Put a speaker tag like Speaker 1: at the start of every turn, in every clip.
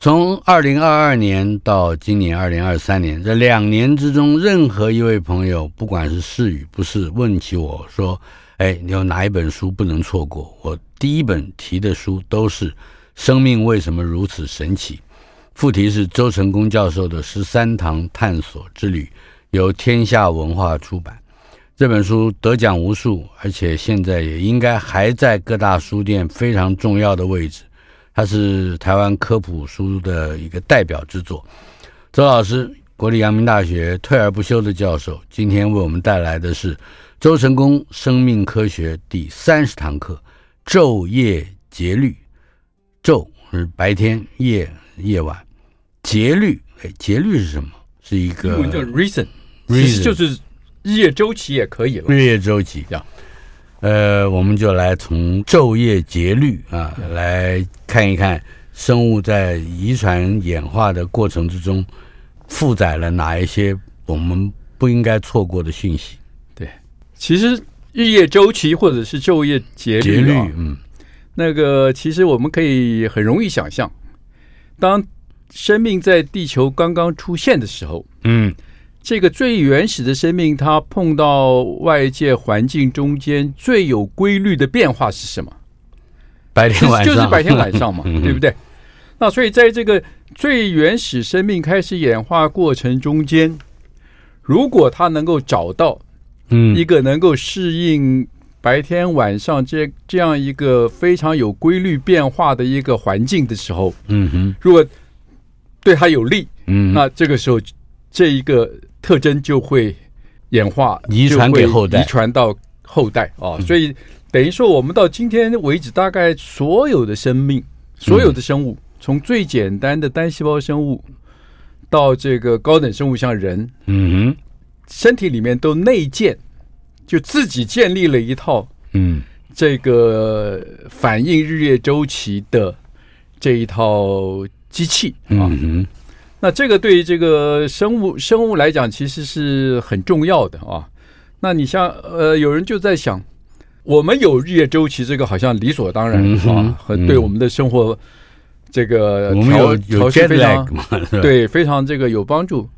Speaker 1: 从二零二二年到今年二零二三年这两年之中，任何一位朋友，不管是是与不是，问起我说：“哎，你有哪一本书不能错过？”我第一本提的书都是《生命为什么如此神奇》，副题是周成功教授的十三堂探索之旅，由天下文化出版。这本书得奖无数，而且现在也应该还在各大书店非常重要的位置。它是台湾科普书的一个代表之作。周老师，国立阳明大学退而不休的教授，今天为我们带来的是周成功生命科学第三十堂课《昼夜节律》。昼是白天，夜夜晚，节律，哎，节律是什么？是一个
Speaker 2: 英文叫 reason，其
Speaker 1: reason
Speaker 2: 实就是日夜周期也可以了。
Speaker 1: 日夜周期
Speaker 2: 呀。
Speaker 1: 呃，我们就来从昼夜节律啊来看一看生物在遗传演化的过程之中，负载了哪一些我们不应该错过的讯息。
Speaker 2: 其实日夜周期或者是昼夜节
Speaker 1: 节
Speaker 2: 律
Speaker 1: 律
Speaker 2: 啊，，
Speaker 1: 嗯，
Speaker 2: 那个其实我们可以很容易想象，当生命在地球刚刚出现的时候，
Speaker 1: 嗯，
Speaker 2: 这个最原始的生命它碰到外界环境中间最有规律的变化是 什么？
Speaker 1: 白
Speaker 2: 其
Speaker 1: 天晚
Speaker 2: 实
Speaker 1: 上
Speaker 2: 就是白天晚上嘛
Speaker 1: ，嗯
Speaker 2: 对不对？那所以在这个最原始生命开始演化过程中间，如果它能够找到一
Speaker 1: 嗯
Speaker 2: 个能够适应白天晚上这这样一个非常有规律变化的一个环境的时候，
Speaker 1: 嗯哼
Speaker 2: 如果对它有利，
Speaker 1: 嗯，
Speaker 2: 那这个时候这一个特征就会演化，
Speaker 1: 遗传给后代嗯
Speaker 2: 就会遗传到后代啊。所以等于说，我们到今天为止，大概所有的
Speaker 1: 嗯
Speaker 2: 生命，所有的生物，从最简单的单细胞生物到这个高等生物，像人，
Speaker 1: 嗯哼
Speaker 2: 身体里面都内建，就自己建立了一套
Speaker 1: 嗯
Speaker 2: 这个反映日夜周期的这一套机器啊。
Speaker 1: 嗯哼
Speaker 2: 那这个对于这个生物生物来讲，其实是很重要的啊。那你像呃，有人就在想，我们有日夜周期，这个好像理所当然、
Speaker 1: 嗯哼
Speaker 2: 啊，和对
Speaker 1: 嗯
Speaker 2: 我们的生活这个
Speaker 1: 我们有
Speaker 2: 呃调
Speaker 1: 有
Speaker 2: 调试
Speaker 1: jet
Speaker 2: 非
Speaker 1: lag
Speaker 2: 常
Speaker 1: 嘛？ 是吧，
Speaker 2: 对非常这个有帮助。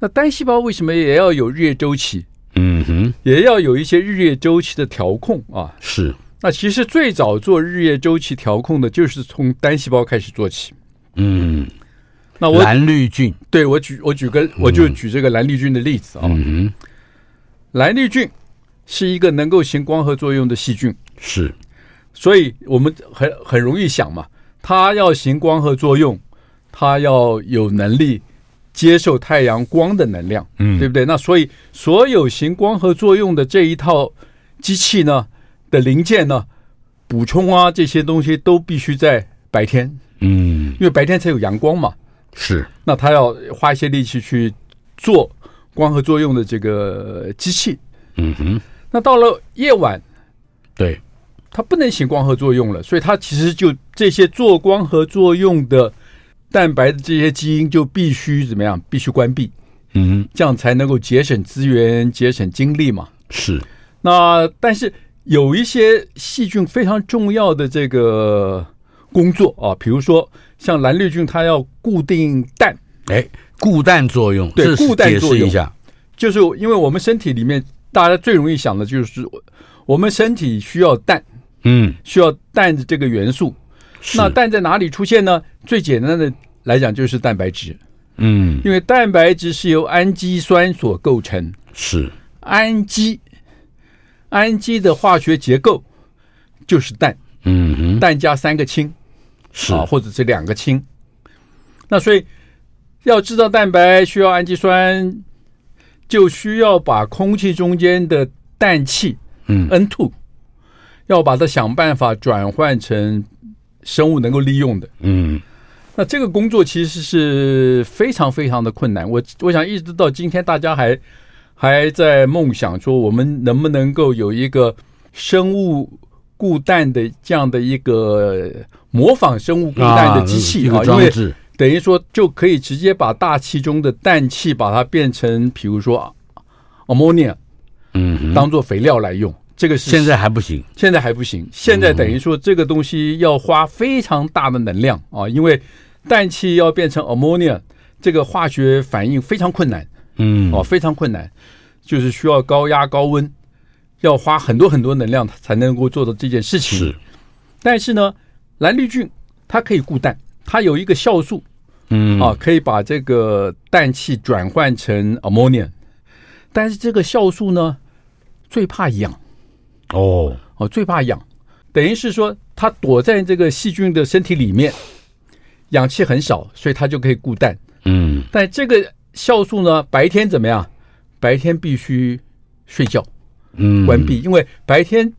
Speaker 2: 那单细胞为什么也要有日夜周期，
Speaker 1: 嗯哼
Speaker 2: 也要有一些日夜周期的调控啊？
Speaker 1: 是，
Speaker 2: 那其实最早做日夜周期调控的，就是从单细胞开始做起。
Speaker 1: 嗯，
Speaker 2: 那啊我
Speaker 1: 蓝绿菌，
Speaker 2: 对我举我举个我就举这个蓝绿菌的例子啊，
Speaker 1: 嗯哼
Speaker 2: 蓝绿菌是一个能够行光合作用的细菌，
Speaker 1: 是，
Speaker 2: 所以我们很很容易想嘛，它要行光合作用，它要有能力接受太阳光的能量，
Speaker 1: 嗯
Speaker 2: 对不对？那所以所有行光合作用的这一套机器呢的零件呢，补充啊这些东西都必须在白天，
Speaker 1: 嗯
Speaker 2: 因为白天才有阳光嘛，
Speaker 1: 是，
Speaker 2: 那它要花一些力气去做光合作用的这个机器。
Speaker 1: 嗯哼
Speaker 2: 那到了夜晚，
Speaker 1: 对，
Speaker 2: 它不能行光合作用了，所以它其实就这些做光合作用的蛋白的这些基因就必须怎么样？必须关闭，
Speaker 1: 嗯哼
Speaker 2: 这样才能够节省资源、节省精力嘛。
Speaker 1: 是。
Speaker 2: 那但是有一些细菌非常重要的这个工作啊，比如说像蓝绿菌，它要固定蛋，
Speaker 1: 哎，固氮作用，
Speaker 2: 对
Speaker 1: 这是
Speaker 2: 固氮作
Speaker 1: 解释
Speaker 2: 用
Speaker 1: 一下，
Speaker 2: 就是因为我们身体里面大家最容易想的就是我们身体需要氮，
Speaker 1: 嗯，
Speaker 2: 需要氮的这个元素。
Speaker 1: 是
Speaker 2: 那氮在哪里出现呢？最简单的来讲就是蛋白质，
Speaker 1: 嗯
Speaker 2: 因为蛋白质是由氨基酸所构成。
Speaker 1: 是
Speaker 2: 氨基，氨基的化学结构就是氮，
Speaker 1: 嗯哼
Speaker 2: 氮加三个氢
Speaker 1: 是
Speaker 2: 啊，或者是两个氢。那所以要制造蛋白需要氨基酸，就需要把空气中间的氮气
Speaker 1: 嗯
Speaker 2: N two，要把它想办法转换成生物能够利用的。
Speaker 1: 嗯
Speaker 2: 那这个工作其实是非常非常的困难。我我想一直到今天，大家还还在梦想说，我们能不能够有一个生物固氮的这样的一个模仿生物固氮的机器
Speaker 1: 一
Speaker 2: 啊？
Speaker 1: 个
Speaker 2: 因
Speaker 1: 装
Speaker 2: 为
Speaker 1: 置，
Speaker 2: 等于说就可以直接把大气中的氮气把它变成，比如说啊 ammonia
Speaker 1: 嗯哼，
Speaker 2: 当做肥料来用。这个是
Speaker 1: 现在还不行，
Speaker 2: 现在还不行，现在等于说这个东西要花非常大的能量啊，因为氮气要变成 ammonia，这个化学反应非常困难
Speaker 1: 嗯，
Speaker 2: 哦，非常困难，就是需要高压高温，要花很多很多能量才能够做到这件事情。
Speaker 1: 是，
Speaker 2: 但是呢，蓝绿菌它可以固氮，它有一个酵素
Speaker 1: 嗯
Speaker 2: 啊，可以把这个氮气转换成 ammonia，但是这个酵素呢，最怕氧。
Speaker 1: 哦，
Speaker 2: 哦，最怕氧，等于是说它躲在这个细菌的身体里面，氧气很少，所以它就可以固氮。
Speaker 1: 嗯，
Speaker 2: 但这个酵素呢，白天怎么样？白天必须睡觉
Speaker 1: 嗯，
Speaker 2: 关闭，因为白天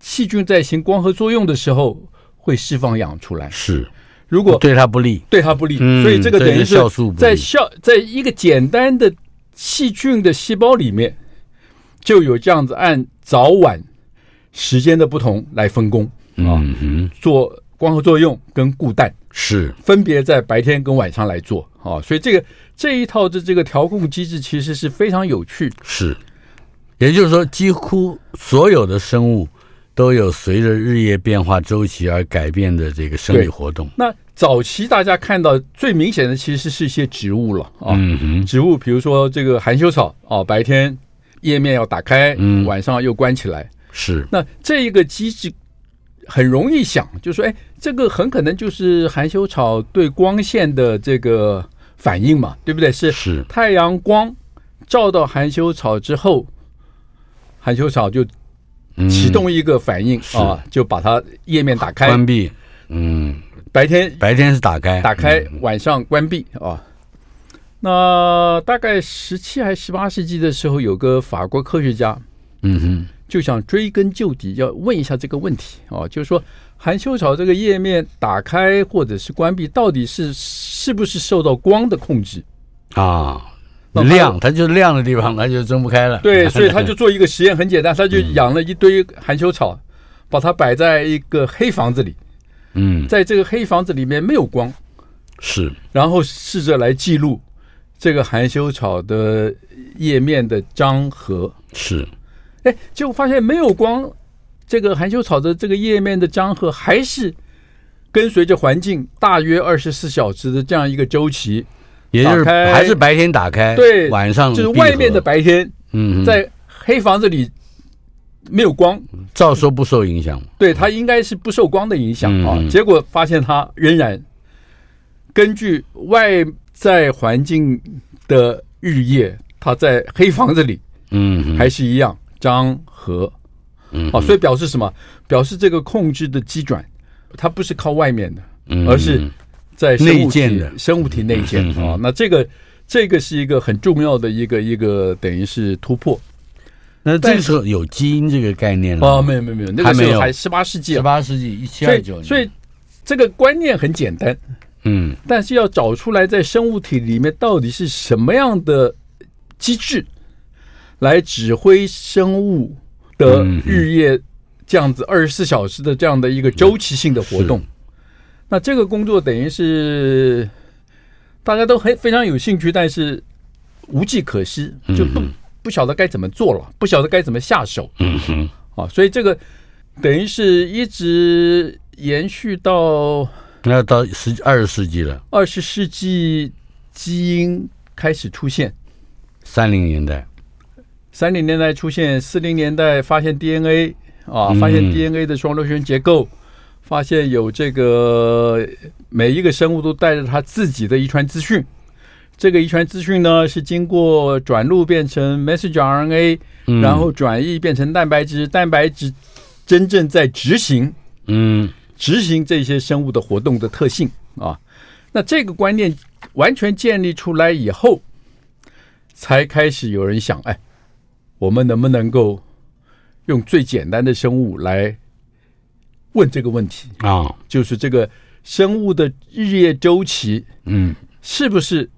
Speaker 2: 细菌在行光合作用的时候会释放氧出来，
Speaker 1: 是哦
Speaker 2: 如果
Speaker 1: 对它不利，
Speaker 2: 对它不利，
Speaker 1: 嗯
Speaker 2: 所以这个等
Speaker 1: 对
Speaker 2: 于是
Speaker 1: 这个酵素不利
Speaker 2: 在酵在一个简单的细菌的细胞里面，就有这样子按早晚时间的不同来分工。哦
Speaker 1: 嗯哼，
Speaker 2: 做光合作用跟固氮，
Speaker 1: 是
Speaker 2: 分别在白天跟晚上来做啊。所以这个这一套的这个调控机制其实是非常有趣。
Speaker 1: 是，也就是说，几乎所有的生物都有随着日夜变化周期而改变的这个生理
Speaker 2: 对
Speaker 1: 活动，
Speaker 2: 那早期大家看到最明显的其实是一些植物了啊，
Speaker 1: 嗯哼，
Speaker 2: 植物比如说这个含羞草啊，白天叶面要打开，
Speaker 1: 嗯
Speaker 2: 晚上又关起来。
Speaker 1: 是，
Speaker 2: 那这一个机制很容易想，就说哎，这个很可能就是含羞草对光线的这个反应嘛，对不对？是
Speaker 1: 是
Speaker 2: 太阳光照到含羞草之后，含羞草就
Speaker 1: 嗯
Speaker 2: 启动一个反应、
Speaker 1: 是
Speaker 2: 啊，就把它页面打开，
Speaker 1: 关闭，嗯，
Speaker 2: 白天
Speaker 1: 白天是打开，
Speaker 2: 打开，
Speaker 1: 嗯
Speaker 2: 晚上关闭啊。那大概十七还十八世纪的时候，有个法国科学家
Speaker 1: 嗯哼，
Speaker 2: 就想追根究底，要问一下这个问题哦、就是说含羞草这个页面打开或者是关闭，到底是是不是受到光的控制？
Speaker 1: 啊。
Speaker 2: 那它
Speaker 1: 亮，它就亮的地方，它就睁不 开了。
Speaker 2: 对，所以他就做一个实验，很简单，他就
Speaker 1: 嗯
Speaker 2: 养了一堆含羞草，把它摆在一个黑房子里，
Speaker 1: 嗯，
Speaker 2: 在这个黑房子里面没有光，
Speaker 1: 是，
Speaker 2: 然后试着来记录这个含羞草的叶面的张合。
Speaker 1: 是，
Speaker 2: 哎，结果发现没有光，这个含羞草的这个叶面的张合还是跟随着环境大约二十四小时的这样一个周期，
Speaker 1: 也就是
Speaker 2: 打开
Speaker 1: 还是白天打开，
Speaker 2: 对
Speaker 1: 晚上
Speaker 2: 就是
Speaker 1: 嗯闭
Speaker 2: 外
Speaker 1: 合
Speaker 2: 面的，白天
Speaker 1: 嗯哼，
Speaker 2: 在黑房子里没有光，
Speaker 1: 照收不受影响嘛，
Speaker 2: 对它应该是不受光的影响啊
Speaker 1: 嗯。
Speaker 2: 结果发现它仍然根据外在环境的日夜，它在黑房子里
Speaker 1: 嗯哼，
Speaker 2: 还是一样张合
Speaker 1: 嗯
Speaker 2: 啊，所以表示什么？表示这个控制的机转，它不是靠外面的，
Speaker 1: 嗯
Speaker 2: 而是在生物
Speaker 1: 内
Speaker 2: 体
Speaker 1: 建的
Speaker 2: 生物体内建
Speaker 1: 嗯
Speaker 2: 啊。那这个这个是一个很重要的一个一个等于是突破
Speaker 1: 那这
Speaker 2: 但
Speaker 1: 个时候有基因这个概念了
Speaker 2: 啊，
Speaker 1: 吗，
Speaker 2: 没有没有没有，那
Speaker 1: 嗯还
Speaker 2: 个
Speaker 1: 没
Speaker 2: 时
Speaker 1: 有
Speaker 2: 候还十八世纪
Speaker 1: 十
Speaker 2: 啊，
Speaker 1: 八世纪一七
Speaker 2: 所
Speaker 1: 二
Speaker 2: 以
Speaker 1: 九年，
Speaker 2: 所以这个观念很简单。
Speaker 1: 嗯
Speaker 2: 但是要找出来在生物体里面到底是什么样的机制来指挥生物的日夜这样子二十四小时的这样的一个周期性的活动。那这个工作等于是大家都很非常有兴趣，但是无计可施，就不不晓得该怎么做了，不晓得该怎么下手。
Speaker 1: 嗯哼
Speaker 2: 啊，所以这个等于是一直延续到
Speaker 1: 那要到十二十世纪了，
Speaker 2: 二十世纪基因开始出现，
Speaker 1: 三零年代，
Speaker 2: 三零年代出现，四零年代发现 DNA 啊，发现
Speaker 1: 嗯
Speaker 2: DNA 的双螺旋结构，发现有这个每一个生物都带着它自己的遗传资讯。这个遗传资讯呢，是经过转录变成 messenger RNA，、
Speaker 1: 嗯
Speaker 2: 然后转译变成蛋白质，蛋白质真正在执行
Speaker 1: 嗯
Speaker 2: 执行这些生物的活动的特性啊。那这个观念完全建立出来以后，才开始有人想，哎，我们能不能够用最简单的生物来问这个问题？
Speaker 1: 啊
Speaker 2: 就是这个生物的日夜周期
Speaker 1: 嗯
Speaker 2: 是不是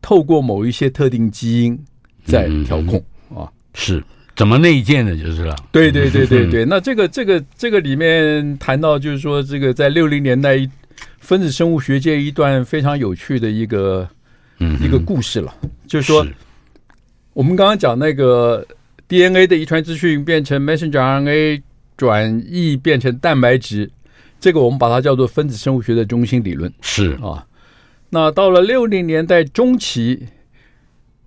Speaker 2: 透过某一些特定基因在调控啊？
Speaker 1: 是怎么内建的就是了。
Speaker 2: 对对对对对，那这个这个这个里面谈到就是说，这个在六零年代一分子生物学界一段非常有趣的一个
Speaker 1: 嗯
Speaker 2: 一个故事了，就是说我们刚刚讲那个 DNA 的遗传资讯变成 messenger RNA 转译变成蛋白质，这个我们把它叫做分子生物学的中心理论。
Speaker 1: 是
Speaker 2: 啊。那到了六零年代中期，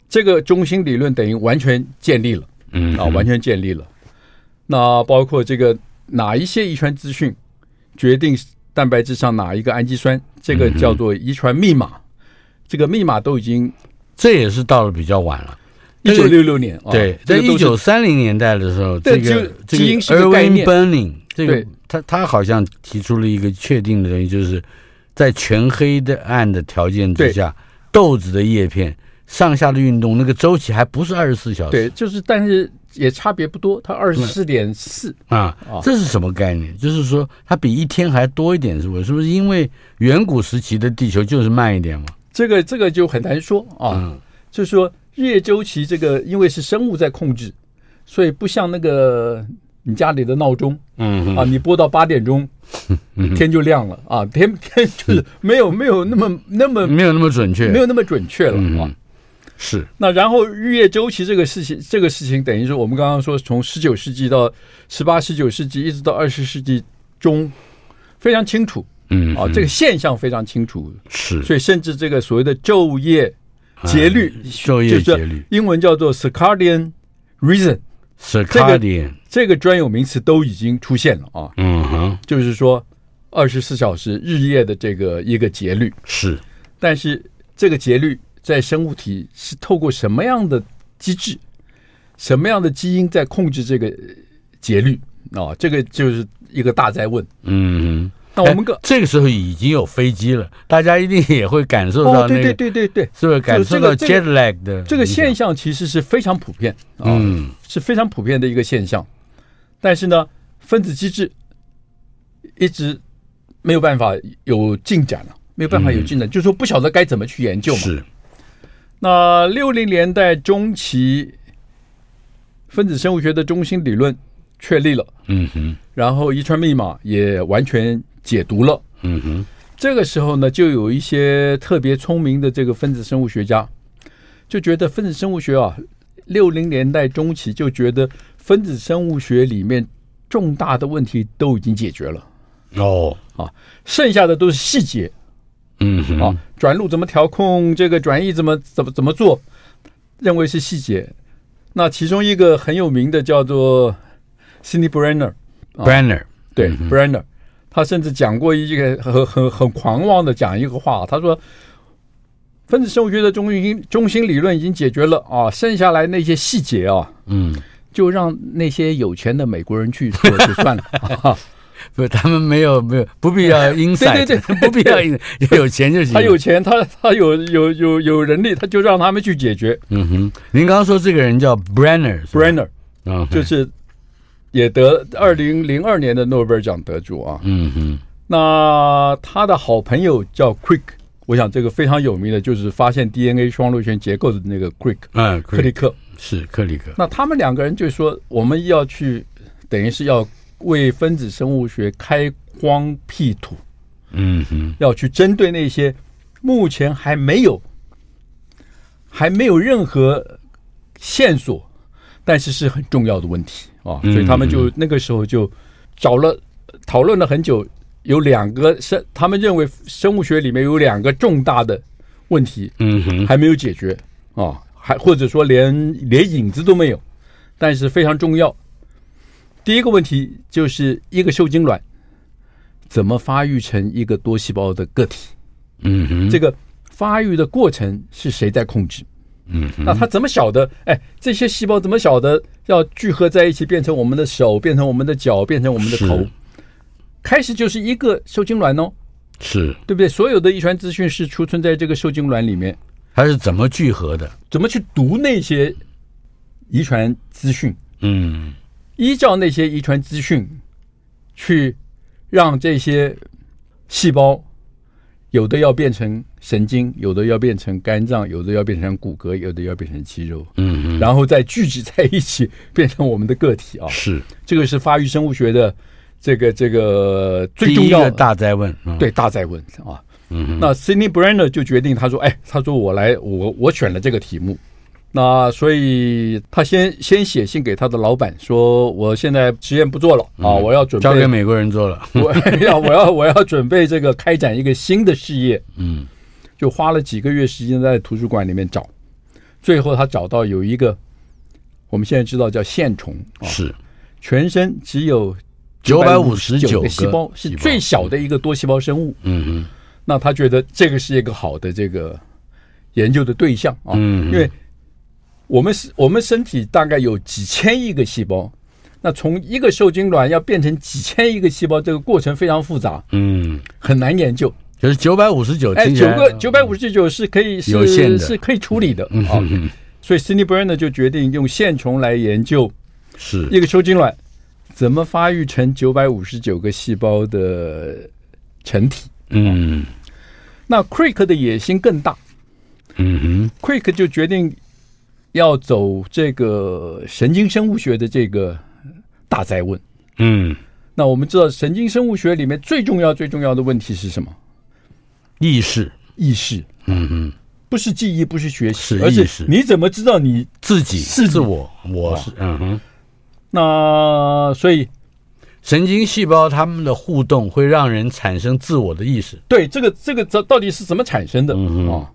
Speaker 2: 这个中心理论等于完全建立了
Speaker 1: 嗯
Speaker 2: 啊，完全建立了。那包括这个哪一些遗传资讯决定蛋白质上哪一个氨基酸，这个叫做遗传密码。这个密码都已经
Speaker 1: 这也是到了比较晚了。
Speaker 2: 一
Speaker 1: 这
Speaker 2: 九
Speaker 1: 个
Speaker 2: 六六年啊，
Speaker 1: 对，在
Speaker 2: 这个
Speaker 1: 一
Speaker 2: 都是
Speaker 1: 九三零年代的时候，
Speaker 2: 对
Speaker 1: 这个
Speaker 2: 就
Speaker 1: 这
Speaker 2: 基因是个
Speaker 1: Erwin
Speaker 2: 概念
Speaker 1: Benning 这个
Speaker 2: 对
Speaker 1: 他他好像提出了一个确定的东西，就是在全黑的暗的条件之
Speaker 2: 对
Speaker 1: 下，豆子的叶片上下的运动，那个周期还不是二十四小
Speaker 2: 对，
Speaker 1: 时
Speaker 2: 就是但是也差别不多，它二十四点四，
Speaker 1: 啊
Speaker 2: 啊，
Speaker 1: 这是什么概念？就是说它比一天还多一点，是不是？是不是因为远古时期的地球就是慢一点嘛？
Speaker 2: 这个这个就很难说啊。
Speaker 1: 嗯
Speaker 2: 就是说日夜周期这个，因为是生物在控制，所以不像那个你家里的闹钟
Speaker 1: 嗯
Speaker 2: 啊，你拨到八点钟，天就亮了啊，天天
Speaker 1: 嗯
Speaker 2: 就是没有没有那么那 么
Speaker 1: 没有那么准确，
Speaker 2: 没有那么准确了啊
Speaker 1: 嗯。是
Speaker 2: 那然后日夜周期这个事情，这个事情等于是我们刚刚说，从十九世纪到十八、十九世纪，一直到二十世纪中，非常清楚
Speaker 1: 嗯
Speaker 2: 啊，这个现象非常清楚，
Speaker 1: 是
Speaker 2: 所以甚至这个所谓的昼夜节律，
Speaker 1: 啊昼夜节律
Speaker 2: 英文叫做 circadian reason，
Speaker 1: ，circadian，
Speaker 2: 这个专有名词都已经出现了啊，
Speaker 1: 嗯哼，
Speaker 2: 就是说二十四小时日夜的这个一个节律，
Speaker 1: 是。
Speaker 2: 但是这个节律在生物体是透过什么样的机制，什么样的基因在控制这个呃节律啊？这个就是一个大在问。
Speaker 1: 嗯，
Speaker 2: 那我们个
Speaker 1: 哎这个时候已经有飞机了，大家一定也会感受到那
Speaker 2: 哦，对
Speaker 1: 个，
Speaker 2: 对对对对，
Speaker 1: 是不是感受到
Speaker 2: 就这
Speaker 1: jet lag 的
Speaker 2: 这个现
Speaker 1: 影响？
Speaker 2: 象其实是非常普遍啊。
Speaker 1: 嗯
Speaker 2: 是非常普遍的一个现象。但是呢，分子机制一直没有办法有进展了、没有办
Speaker 1: 嗯
Speaker 2: 法有进展，就是说不晓得该怎么去研究嘛。
Speaker 1: 是，
Speaker 2: 那六零年代中期，分子生物学的中心理论确立了，
Speaker 1: 嗯哼，
Speaker 2: 然后遗传密码也完全解读了。
Speaker 1: 嗯哼，
Speaker 2: 这个时候呢，就有一些特别聪明的这个分子生物学家，就觉得分子生物学啊，六零年代中期就觉得分子生物学里面重大的问题都已经解决了，
Speaker 1: 哦，
Speaker 2: 剩下的都是细节
Speaker 1: 嗯哼，
Speaker 2: 啊，转录怎么调控，这个转译怎么怎么怎么做，认为是细节。那其中一个很有名的叫做 Cindy Brenner，
Speaker 1: ，Brenner，
Speaker 2: 对、Brenner，他
Speaker 1: 嗯
Speaker 2: 甚至讲过一个很很很狂妄的讲一个话，他说，分子生物学的中心中心理论已经解决了啊，剩下来那些细节啊，
Speaker 1: 嗯，
Speaker 2: 就让那些有钱的美国人去做就算了。啊
Speaker 1: 不，他们没有没有不必要 insight，
Speaker 2: 对对
Speaker 1: 不必要 insight，有钱就行。
Speaker 2: 他有，钱，他他有有有有人力，他就让他们去解决。
Speaker 1: 嗯哼，您刚刚说这个人叫 Brenner，是吧
Speaker 2: Brenner
Speaker 1: 嗯哼
Speaker 2: 就是也得二零零二年的诺贝尔奖得主啊，
Speaker 1: 嗯哼，
Speaker 2: 那他的好朋友叫 Crick，我想这个非常有名的就是发现 DNA 双螺旋结构的那个 Crick
Speaker 1: 嗯，
Speaker 2: 克里克。
Speaker 1: 是克里克，
Speaker 2: 那他们两个人就说，我们要去，等于是要为分子生物学开荒辟土，
Speaker 1: 嗯哼，
Speaker 2: 要去针对那些目前还没有、还没有任何线索，但是是很重要的问题啊。
Speaker 1: 嗯
Speaker 2: 所以他们就那个时候就找了讨论了很久，有两个生，他们认为生物学里面有两个重大的问题
Speaker 1: 嗯哼，
Speaker 2: 还没有解决啊，还或者说连连影子都没有，但是非常重要。第一个问题就是一个受精卵怎么发育成一个多细胞的个体？
Speaker 1: 嗯哼，
Speaker 2: 这个发育的过程是谁在控制？
Speaker 1: 嗯
Speaker 2: 那他怎么晓得？哎，这些细胞怎么晓得要聚合在一起变成我们的手，变成我们的脚，变成我们的头
Speaker 1: 是？
Speaker 2: 开始就是一个受精卵哦，
Speaker 1: 是，
Speaker 2: 对不对？所有的遗传资讯是储存在这个受精卵里面。
Speaker 1: 他是怎么聚合的？
Speaker 2: 怎么去读那些遗传资讯，
Speaker 1: 嗯
Speaker 2: 依照那些遗传资讯去让这些细胞有的要变成神经，有的要变成肝脏，有的要变成骨骼，有的要变成肌肉，
Speaker 1: 嗯嗯，
Speaker 2: 然后再聚集在一起，变成我们的个体啊。
Speaker 1: 是
Speaker 2: 这个是发育生物学的这个这个最
Speaker 1: 第
Speaker 2: 重
Speaker 1: 一
Speaker 2: 要
Speaker 1: 个大灾问，嗯，
Speaker 2: 对大在问啊。
Speaker 1: 嗯
Speaker 2: 那 Sidney Brenner 就决定，他说：“哎，他说我来，我我选了这个题目。”那所以他先先写信给他的老板说：“我现在实验不做了啊，我要准备
Speaker 1: 嗯交给美国人做了，
Speaker 2: 我要我要我要准备这个开展一个新的事业，
Speaker 1: 嗯
Speaker 2: 就花了几个月时间在图书馆里面找，最后他找到有一个我们现在知道叫线虫啊，
Speaker 1: 是
Speaker 2: 全身只有
Speaker 1: 959
Speaker 2: 个细胞，是
Speaker 1: 细胞
Speaker 2: 最小的一个多细胞生物。
Speaker 1: 嗯
Speaker 2: 那他觉得这个是一个好的这个研究的对象啊，
Speaker 1: 嗯
Speaker 2: 因为我们是我们身体大概有几千亿个细胞，那从一个受精卵要变成几千亿个细胞，这个过程非常复杂，
Speaker 1: 嗯，
Speaker 2: 很难研究。
Speaker 1: 就是九百五十九，啊
Speaker 2: 哎，
Speaker 1: 听起
Speaker 2: 九
Speaker 1: 来嗯
Speaker 2: 个九百五十九是可以是
Speaker 1: 有限的
Speaker 2: 是可以处理的啊，
Speaker 1: 嗯
Speaker 2: 所以 Cindy Brenner 就决定用线虫来研究
Speaker 1: 是
Speaker 2: 一个受精卵怎么发育成九百五十九个细胞的成体。
Speaker 1: 嗯
Speaker 2: 那 Crick 的野心更大，
Speaker 1: 嗯
Speaker 2: Quick 就决定要走这个神经生物学的这个大灾问。
Speaker 1: 嗯，
Speaker 2: 那我们知道，神经生物学里面最重要、最重要的问题是什么？
Speaker 1: 意识，
Speaker 2: 意识，
Speaker 1: 嗯嗯，
Speaker 2: 不是记忆，不是学习，
Speaker 1: 是
Speaker 2: 而
Speaker 1: 意
Speaker 2: 是
Speaker 1: 识
Speaker 2: 你怎么知道你
Speaker 1: 自己
Speaker 2: 是你
Speaker 1: 自我，我是嗯哼，
Speaker 2: 那？所以，
Speaker 1: 神经细胞它们的互动会让人产生自我的意识，
Speaker 2: 对这个这个这到底是怎么产生的啊、
Speaker 1: 嗯哼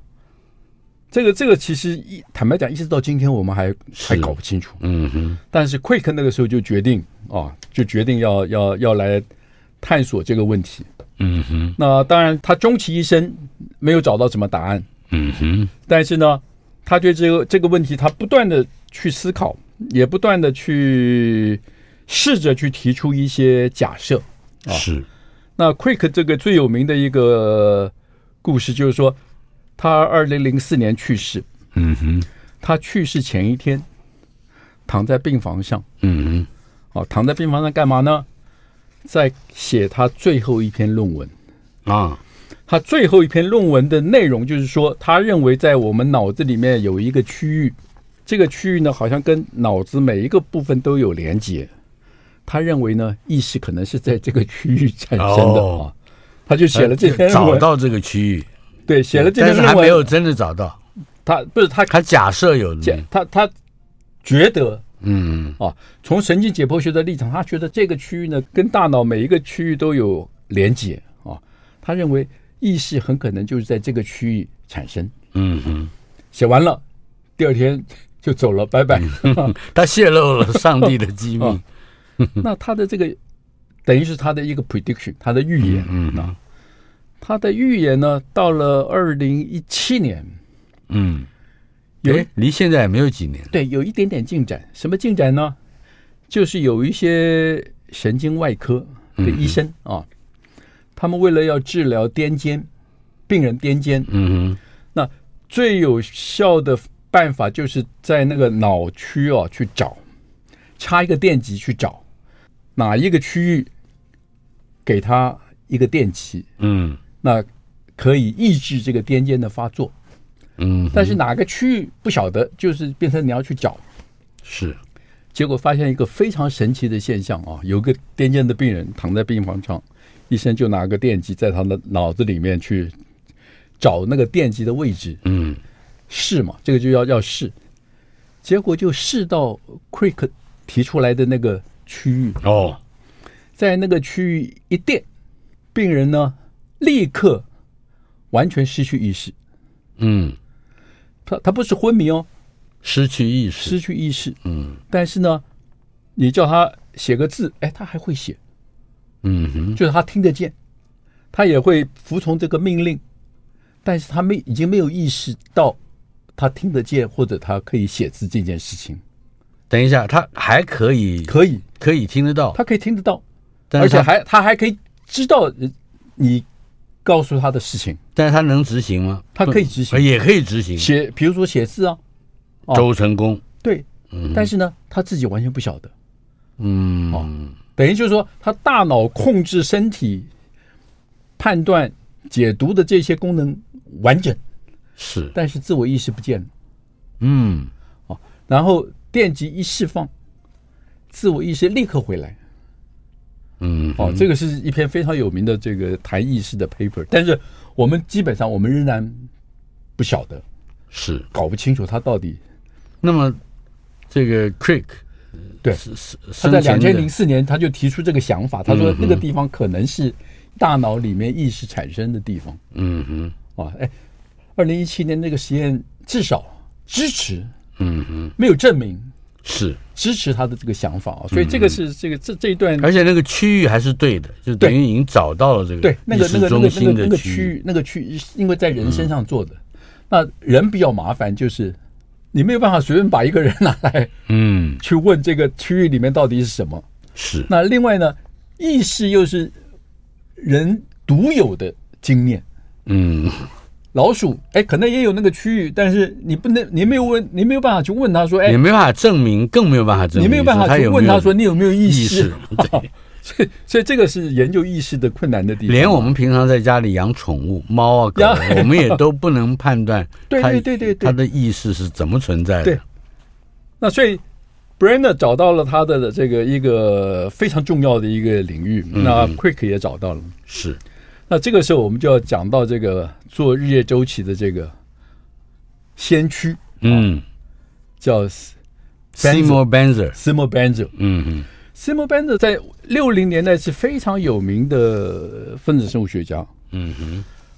Speaker 2: 这个这个其实一坦白讲，一直到今天我们还还
Speaker 1: 是
Speaker 2: 搞不清楚。
Speaker 1: 嗯哼，
Speaker 2: 但是 Quick 那个时候就决定啊，就决定要要要来探索这个问题。
Speaker 1: 嗯哼，
Speaker 2: 那当然，他终其一生没有找到什么答案，
Speaker 1: 嗯哼，
Speaker 2: 但是呢，他对这个这个问题，他不断的去思考，也不断的去试着去提出一些假设。
Speaker 1: 嗯是，
Speaker 2: 那 Quick 这个最有名的一个故事就是说，他二零零四年去世，
Speaker 1: 嗯哼，
Speaker 2: 他去世前一天躺在病房上，
Speaker 1: 嗯哼，
Speaker 2: 哦，躺在病房上干嘛呢？在写他最后一篇论文。
Speaker 1: 啊，
Speaker 2: 他最后一篇论文的内容就是说，他认为在我们脑子里面有一个区域，这个区域呢好像跟脑子每一个部分都有连接。他认为呢，意识可能是在这个区域产生的、
Speaker 1: 哦
Speaker 2: 啊。他就 写了这篇论
Speaker 1: 哎找
Speaker 2: 文，
Speaker 1: 到这个区域，
Speaker 2: 对， 写了这
Speaker 1: 但
Speaker 2: 篇
Speaker 1: 是
Speaker 2: 论
Speaker 1: 还没有
Speaker 2: 文。
Speaker 1: 真的找到，
Speaker 2: 他不是他
Speaker 1: 他假设有，
Speaker 2: 他他觉得
Speaker 1: 嗯
Speaker 2: 啊，从神经解剖学的立场，他觉得这个区域呢跟大脑每一个区域都有连接啊。他认为意识很可能就是在这个区域产生。
Speaker 1: 嗯哼，
Speaker 2: 写完了，第二天就走了，拜拜。
Speaker 1: 嗯他泄露了上帝的机 密
Speaker 2: 啊， 那他的这个等于是他的一个 prediction，他的预言。
Speaker 1: 嗯嗯
Speaker 2: 啊，他的预言呢，到了二零一七年，
Speaker 1: 嗯，
Speaker 2: 哦有
Speaker 1: 诶，离现在也没有几年，
Speaker 2: 对有一点点进展。什么进展呢？就是有一些神经外科的
Speaker 1: 嗯
Speaker 2: 医生啊，他们为了要治疗癫痫病人癫痫，
Speaker 1: 嗯
Speaker 2: 那最有效的办法就是在那个脑区哦去找，插一个电极去找哪一个区域，给它一个电极，
Speaker 1: 哼，嗯
Speaker 2: 那可以抑制这个癫痫的发作。
Speaker 1: 嗯，
Speaker 2: 但是哪个区域不晓得，就是变成你要去找。
Speaker 1: 是，
Speaker 2: 结果发现一个非常神奇的现象啊，有个癫痫的病人躺在病房上，医生就拿个电极在他的脑子里面去找那个电极的位置，
Speaker 1: 嗯
Speaker 2: 试嘛，这个就要要试，结果就试到 Quick 提出来的那个区域，
Speaker 1: 哦，
Speaker 2: 在那个区域一电，病人呢立刻完全失去意识，
Speaker 1: 嗯，
Speaker 2: 他他不是昏迷哦，
Speaker 1: 失去意识，
Speaker 2: 失去意识，
Speaker 1: 嗯
Speaker 2: 但是呢，你叫他写个字，哎，他还会写，
Speaker 1: 嗯哼，
Speaker 2: 就是他听得见，他也会服从这个命令，但是他没已经没有意识到他听得见或者他可以写字这件事情，
Speaker 1: 等一下，他还可以
Speaker 2: 可以，
Speaker 1: 可以听得到，
Speaker 2: 他可以听得到。
Speaker 1: 但
Speaker 2: 而
Speaker 1: 是
Speaker 2: 且
Speaker 1: 他
Speaker 2: 还他还可以知道呃你告诉他的事情，
Speaker 1: 但是他能执行吗？
Speaker 2: 他可以执行
Speaker 1: 不呃也可以执行，
Speaker 2: 写，比如说写字啊，嗯哦
Speaker 1: 周成功，
Speaker 2: 对，但是呢，他自己完全不晓得，哦
Speaker 1: 嗯
Speaker 2: 等于就是说，他大脑控制身体判断、解读的这些功能完整，
Speaker 1: 是，
Speaker 2: 但是自我意识不见了。
Speaker 1: 嗯，
Speaker 2: 然后电极一释放，自我意识立刻回来。
Speaker 1: 嗯，
Speaker 2: 哦，这个是一篇非常有名的这个谈意识的 paper，但是我们基本上我们仍然不晓得，
Speaker 1: 是。
Speaker 2: 搞不清楚它到底。
Speaker 1: 那么这个 Crick
Speaker 2: 对
Speaker 1: 是是
Speaker 2: 他在
Speaker 1: 生前的嗯
Speaker 2: 两千零四年他就提出这个想法，他说那个地方可能是大脑里面意识产生的地方
Speaker 1: 嗯哼
Speaker 2: 啊。哎，二零一七年那个实验至少支持，
Speaker 1: 嗯哼
Speaker 2: 没有证明
Speaker 1: 是，
Speaker 2: 支持他的这个想法啊，所以这个是这个这这一段
Speaker 1: 而且那个区域还是对的，就等于已经找到了这个
Speaker 2: 对，那个
Speaker 1: 意识
Speaker 2: 那个那
Speaker 1: 中
Speaker 2: 个那
Speaker 1: 心
Speaker 2: 个那
Speaker 1: 的
Speaker 2: 个区
Speaker 1: 域，嗯
Speaker 2: 域，那个区域，因为在人身上做的，那人比较麻烦，就是你没有办法随便把一个人拿来
Speaker 1: 嗯
Speaker 2: 去问这个区域里面到底是什么。
Speaker 1: 是
Speaker 2: 那另外呢，意识又是人独有的经验。
Speaker 1: 嗯
Speaker 2: 老鼠，哎，可能也有那个区域，但是你不能，你没有问，你没有办法去问他说，
Speaker 1: 也
Speaker 2: 哎，
Speaker 1: 没办法证明，更没有办法证明，
Speaker 2: 你没有办法
Speaker 1: 他
Speaker 2: 去
Speaker 1: 有
Speaker 2: 问
Speaker 1: 没有
Speaker 2: 他说你有没有意
Speaker 1: 意
Speaker 2: 识
Speaker 1: 识，对
Speaker 2: 所以，所以这个是研究意识的困难的地方。
Speaker 1: 连我们平常在家里养宠物，猫啊狗啊，
Speaker 2: 养
Speaker 1: 我们也都不能判断
Speaker 2: 对
Speaker 1: 它
Speaker 2: 对对对对
Speaker 1: 它的意识是怎么存在的。
Speaker 2: 对那所以 Brenner 找到了他的这个一个非常重要的一个领域，
Speaker 1: 嗯
Speaker 2: 那 Quick 也找到了。
Speaker 1: 是
Speaker 2: 那这个时候我们就要讲到这个做日夜周期的这个先驱，
Speaker 1: 嗯
Speaker 2: 叫
Speaker 1: ，Seymour Benzer，
Speaker 2: Simon Benzer。
Speaker 1: 嗯嗯
Speaker 2: Simon Benzer 在六零年代是非常有名的分子生物学家，
Speaker 1: 嗯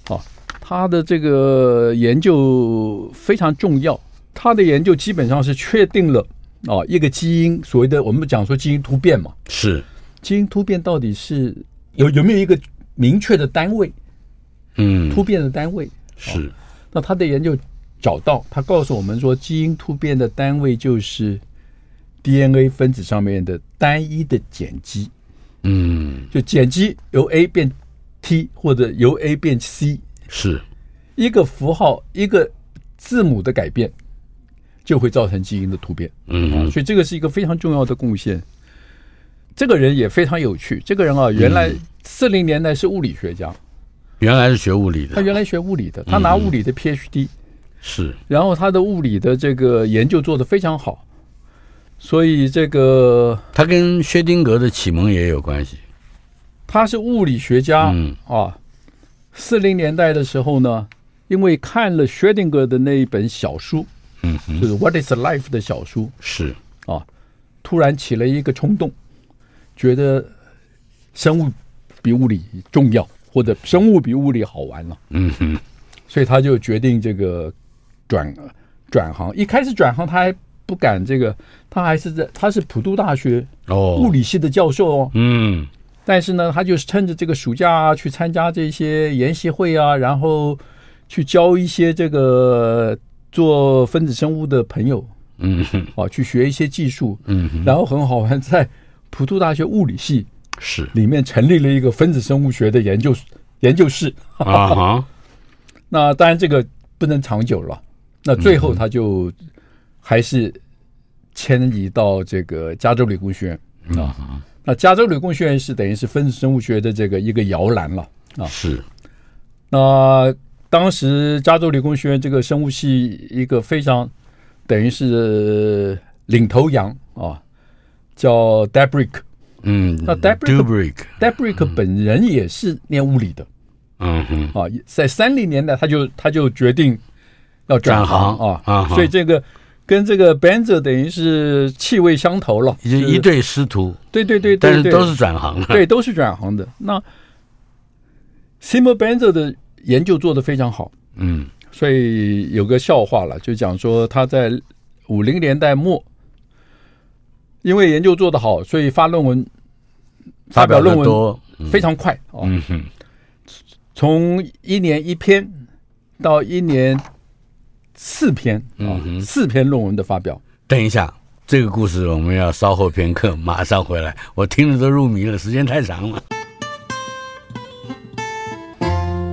Speaker 1: 哼，
Speaker 2: 啊，他的这个研究非常重要，他的研究基本上是确定了啊一个基因所谓的我们讲说基因突变嘛，
Speaker 1: 是
Speaker 2: 基因突变到底是有有没有一个明确的单位？
Speaker 1: 嗯
Speaker 2: 突变的单位？
Speaker 1: 是
Speaker 2: 那他的研究找到，他告诉我们说，基因突变的单位就是 DNA 分子上面的单一的碱基，
Speaker 1: 嗯
Speaker 2: 就碱基由 A 变 T 或者由 A 变 C，
Speaker 1: 是
Speaker 2: 一个符号一个字母的改变就会造成基因的突变。
Speaker 1: 嗯
Speaker 2: 啊，
Speaker 1: 哼
Speaker 2: 所以这个是一个非常重要的贡献。这个人也非常有趣，这个人啊，原来四零年代是物理学家，
Speaker 1: 原来是学物理
Speaker 2: 他
Speaker 1: 的，
Speaker 2: 原来学物理的，他拿物
Speaker 1: 嗯
Speaker 2: 理的 PhD，、
Speaker 1: 是
Speaker 2: 然后他的物理的这个研究做得非常好，所以这个
Speaker 1: 他跟薛定谔的启蒙也有关系。
Speaker 2: 他是物理学家、
Speaker 1: 嗯
Speaker 2: 啊。四零年代的时候呢，因为看了薛定谔的那一本小书，
Speaker 1: 嗯
Speaker 2: 就是 What is Life 的小书，
Speaker 1: 是
Speaker 2: 啊，突然起了一个冲动，觉得生物比物理重要，或者生物比物理好玩啊了，
Speaker 1: 嗯哼
Speaker 2: 所以他就决定这个转转行。一开始转行他还不敢这个，他还是在他是普渡大学
Speaker 1: 哦
Speaker 2: 物理系的教授哦，
Speaker 1: 嗯
Speaker 2: 但是呢，他就是趁着这个暑假啊，去参加这些研习会啊，然后去教一些这个做分子生物的朋友
Speaker 1: 嗯哼
Speaker 2: 啊，去学一些技术，
Speaker 1: 嗯哼
Speaker 2: 然后很好玩，在普渡大学物理系
Speaker 1: 是
Speaker 2: 里面成立了一个分子生物学的研究研究室。
Speaker 1: 啊 哈
Speaker 2: 那当然这个不能长久了，那最后他就还是迁移到这个加州理工学院啊。那加州理工学院是等于是分子生物学的这个一个摇篮了。
Speaker 1: 是
Speaker 2: 那当时加州理工学院这个生物系一个非常等于是领头羊啊，叫 Debrick。
Speaker 1: 嗯
Speaker 2: 那 Debrick-
Speaker 1: Dubrick
Speaker 2: Debrick 本人也是念物理的
Speaker 1: 嗯哼
Speaker 2: 啊，也在三零年代他就他就决定要转
Speaker 1: 转行
Speaker 2: 啊，
Speaker 1: 啊哈
Speaker 2: 所以这个跟这个 Benzer 等于是气味相投了，
Speaker 1: 就
Speaker 2: 就是
Speaker 1: 一对师徒，
Speaker 2: 对对对对，
Speaker 1: 但是
Speaker 2: 对
Speaker 1: 都是转行了。
Speaker 2: 对都是转行的。那 Simon Benzer 的研究做得非常好，
Speaker 1: 嗯
Speaker 2: 所以有个笑话了，就讲说他在五零年代末，因为研究做得好，所以发论文发表论
Speaker 1: 得
Speaker 2: 文
Speaker 1: 多
Speaker 2: 非常快啊。
Speaker 1: 嗯哼
Speaker 2: 从一年一篇到一年四篇啊
Speaker 1: 嗯，哼
Speaker 2: 四篇论文的发表。
Speaker 1: 等一下，这个故事我们要稍后片刻马上回来。我听着都入迷了，时间太长了。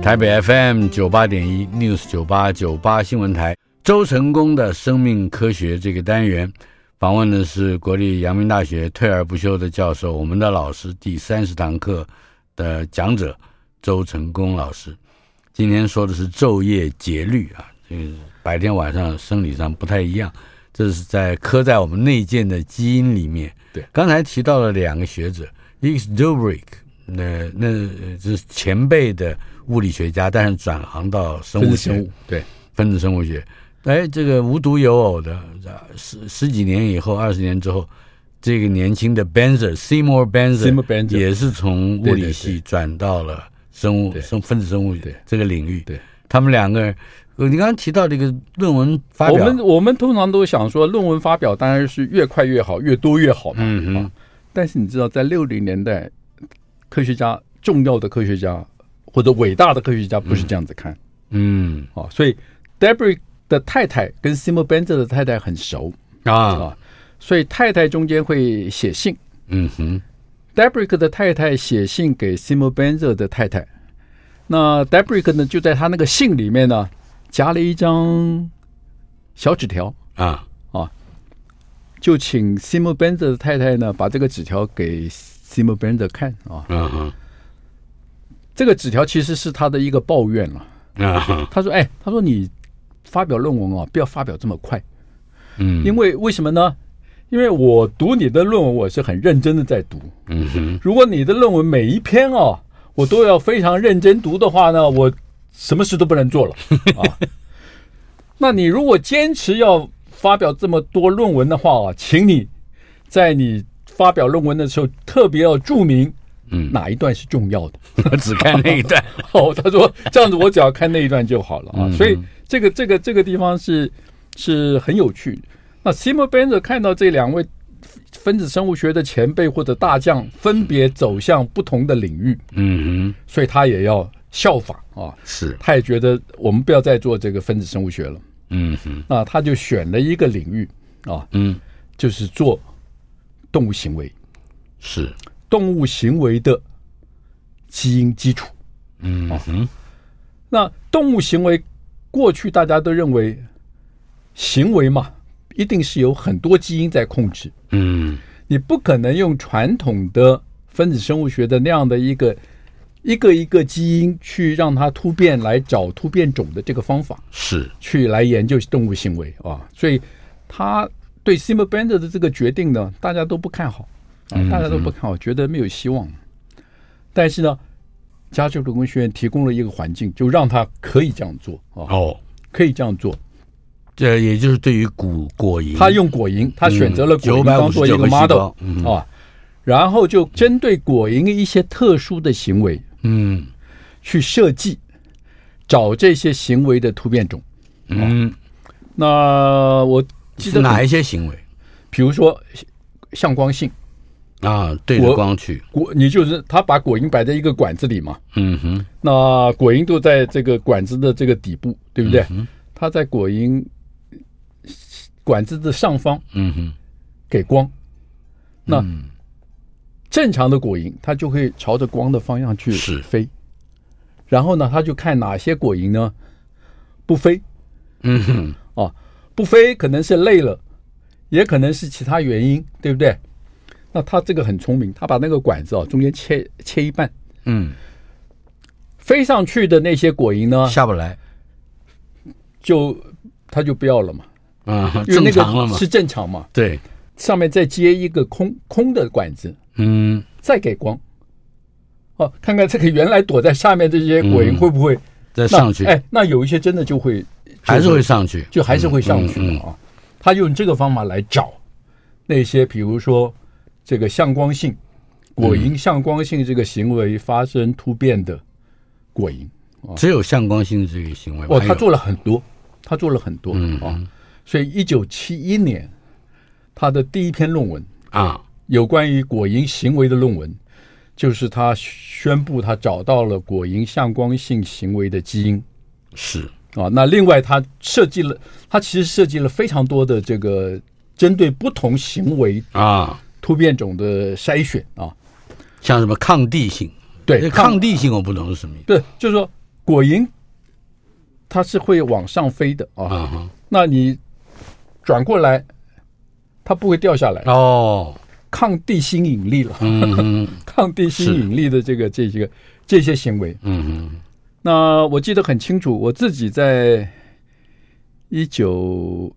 Speaker 1: 台北 FM 九八点一 News 九八九八新闻台，周成功的生命科学这个单元，访问的是国立阳明大学退而不休的教授，我们的老师第三十堂课的讲者周成功老师。今天说的是昼夜节律啊，就是白天晚上生理上不太一样，这是在刻在我们内建的基因里面。
Speaker 2: 对
Speaker 1: 刚才提到了两个学者，一个是 Dobrik，那那呃这是前辈的物理学家，但是转行到生
Speaker 2: 分
Speaker 1: 物
Speaker 2: 子
Speaker 1: 学
Speaker 2: 生物，对，
Speaker 1: 分子生物学。哎，这个无独有偶的，啊十十几年以后，二十年之后，这个年轻的 Benzer Seymour Benzer
Speaker 2: Seymour Benzer
Speaker 1: 也是从物
Speaker 2: 对对
Speaker 1: 理系转到了生物
Speaker 2: 对
Speaker 1: 生分子生物
Speaker 2: 对
Speaker 1: 这个领域。
Speaker 2: 对，
Speaker 1: 他们两个人，呃你刚刚提到这个论文发
Speaker 2: 我
Speaker 1: 表，
Speaker 2: 们我们通常都想说，论文发表当然是越快越好，越多越好嘛。
Speaker 1: 嗯哼
Speaker 2: 啊但是你知道，在六零年代，科学家重要的科学家或者伟大的科学家不是这样子看
Speaker 1: 嗯
Speaker 2: 啊，所以 Debris 的太太跟 Seymour Benzer 的太太很熟
Speaker 1: 啊，
Speaker 2: 啊，所以太太中间会写信。
Speaker 1: 嗯哼，
Speaker 2: Debris 的太太写信给 Seymour Benzer 的太太，那 Debris 呢就在他那个信里面呢夹了一张小纸条，
Speaker 1: 啊，
Speaker 2: 就请 Seymour Benzer 的太太呢把这个纸条给 Seymour Benzer 看啊。
Speaker 1: 嗯哼，
Speaker 2: 这个纸条其实是他的一个抱怨了。
Speaker 1: 啊哈，
Speaker 2: 他说：“哎，他说你发表论文啊，不要发表这么快，
Speaker 1: 嗯
Speaker 2: 因为为什么呢？因为我读你的论文，我是很认真的在读。
Speaker 1: 嗯哼，
Speaker 2: 如果你的论文每一篇哦，我都要非常认真读的话呢，我什么事都不 能做了啊。那你如果坚持要发表这么多论文的话啊，请你在你发表论文的时候特别要注明
Speaker 1: 嗯
Speaker 2: 哪一段是重要的。
Speaker 1: 我只看那一 段，
Speaker 2: 哦，他说这样子我只要看那一段就好了啊。
Speaker 1: 嗯
Speaker 2: 所以这个这个这个地方是是很有趣。那 Simon Benzer 看到这两位分子生物学的前辈或者大将分别走向不同的领域，
Speaker 1: 嗯哼，
Speaker 2: 所以他也要效仿啊。
Speaker 1: 是，
Speaker 2: 他也觉得我们不要再做这个分子生物学了，
Speaker 1: 嗯哼，
Speaker 2: 那他就选了一个领域啊，
Speaker 1: 嗯，
Speaker 2: 就是做动物行为，
Speaker 1: 是，
Speaker 2: 动物行为的基因基础。
Speaker 1: 嗯
Speaker 2: 哦
Speaker 1: 哼，
Speaker 2: 那动物行为，过去大家都认为行为嘛，一定是有很多基因在控制，
Speaker 1: 嗯
Speaker 2: 你不可能用传统的分子生物学的那样的一个一个一个基因去让它突变来找突变种的这个方法
Speaker 1: 是，
Speaker 2: 去来研究动物行为啊，所以他对 s i m o Bender 的这个决定呢，大家都不看好啊，
Speaker 1: 嗯
Speaker 2: 大家都不看好，觉得没有希望。但是呢，加州理工学院提供了一个环境，就让他可以这样做啊，
Speaker 1: 哦。
Speaker 2: 可以这样做。
Speaker 1: 这呃也就是对于果果蝇，
Speaker 2: 他用果
Speaker 1: 嗯
Speaker 2: 蝇，他选择了果蝇
Speaker 1: 959
Speaker 2: 当做一
Speaker 1: 个细
Speaker 2: model
Speaker 1: 胞嗯
Speaker 2: 啊，然后就针对果蝇一些特殊的行为
Speaker 1: 嗯
Speaker 2: 去设计，找这些行为的突变种。
Speaker 1: 嗯，
Speaker 2: 那我哦记
Speaker 1: 是
Speaker 2: 得
Speaker 1: 哪一些行为
Speaker 2: 比如说向光性，
Speaker 1: 啊？对着
Speaker 2: 我
Speaker 1: 光去，
Speaker 2: 果你就是他把果蝇摆在一个管子里嘛，
Speaker 1: 嗯哼，
Speaker 2: 那果蝇就在这个管子的这个底部，对不对？他在果蝇管子的上方
Speaker 1: 嗯哼，
Speaker 2: 给光，那
Speaker 1: 嗯
Speaker 2: 正常的果蝇它就会朝着光的方向去
Speaker 1: 是
Speaker 2: 飞，然后呢，它就看哪些果蝇呢不飞，
Speaker 1: 嗯哼，
Speaker 2: 啊，不飞可能是累了，也可能是其他原因，对不对？那他这个很聪明，他把那个管子啊中间切切一半，
Speaker 1: 嗯，
Speaker 2: 飞上去的那些果蝇呢，
Speaker 1: 下不来，
Speaker 2: 就他就不要了嘛，
Speaker 1: 啊，
Speaker 2: 因为
Speaker 1: 正
Speaker 2: 那
Speaker 1: 常了
Speaker 2: 个
Speaker 1: 嘛？
Speaker 2: 是正常嘛，
Speaker 1: 对，
Speaker 2: 上面再接一个空空的管子，
Speaker 1: 嗯
Speaker 2: 再给光。哦，看看这个原来躲在下面这些果
Speaker 1: 嗯
Speaker 2: 蝇会不会、
Speaker 1: 再
Speaker 2: 那
Speaker 1: 上去，
Speaker 2: 哎，那有一些真的就会
Speaker 1: 还是会嗯上去，
Speaker 2: 就还是会上去的啊。他用这个方法来找那些，比如说这个向光性果蝇向光性这个行为发生突变的果蝇。
Speaker 1: 只有向光性这个行为吧。
Speaker 2: 哦，
Speaker 1: 嗯还
Speaker 2: 他
Speaker 1: 有嗯
Speaker 2: 做了很多，他做了很多啊。所以一九七一年，他的第一篇论文
Speaker 1: 啊，
Speaker 2: 有关于果蝇行为的论文，就是他宣布他找到了果蝇向光性行为的基因。
Speaker 1: 是，
Speaker 2: 啊，那另外他设计了，他其实设计了非常多的这个针对不同行为
Speaker 1: 啊，
Speaker 2: 突变种的筛选啊，
Speaker 1: 像什么抗地性，
Speaker 2: 对，
Speaker 1: 这呃抗地性我不懂是什么意思
Speaker 2: 对，就是说果蝇它是会往上飞的啊，
Speaker 1: 啊哈。
Speaker 2: 那你转过来，它不会掉下来，
Speaker 1: 哦，
Speaker 2: 抗地心引力了，
Speaker 1: 嗯哼，
Speaker 2: 抗地心引力的这个这些个这些行为。
Speaker 1: 嗯哼，
Speaker 2: 那我记得很清楚，我自己在一九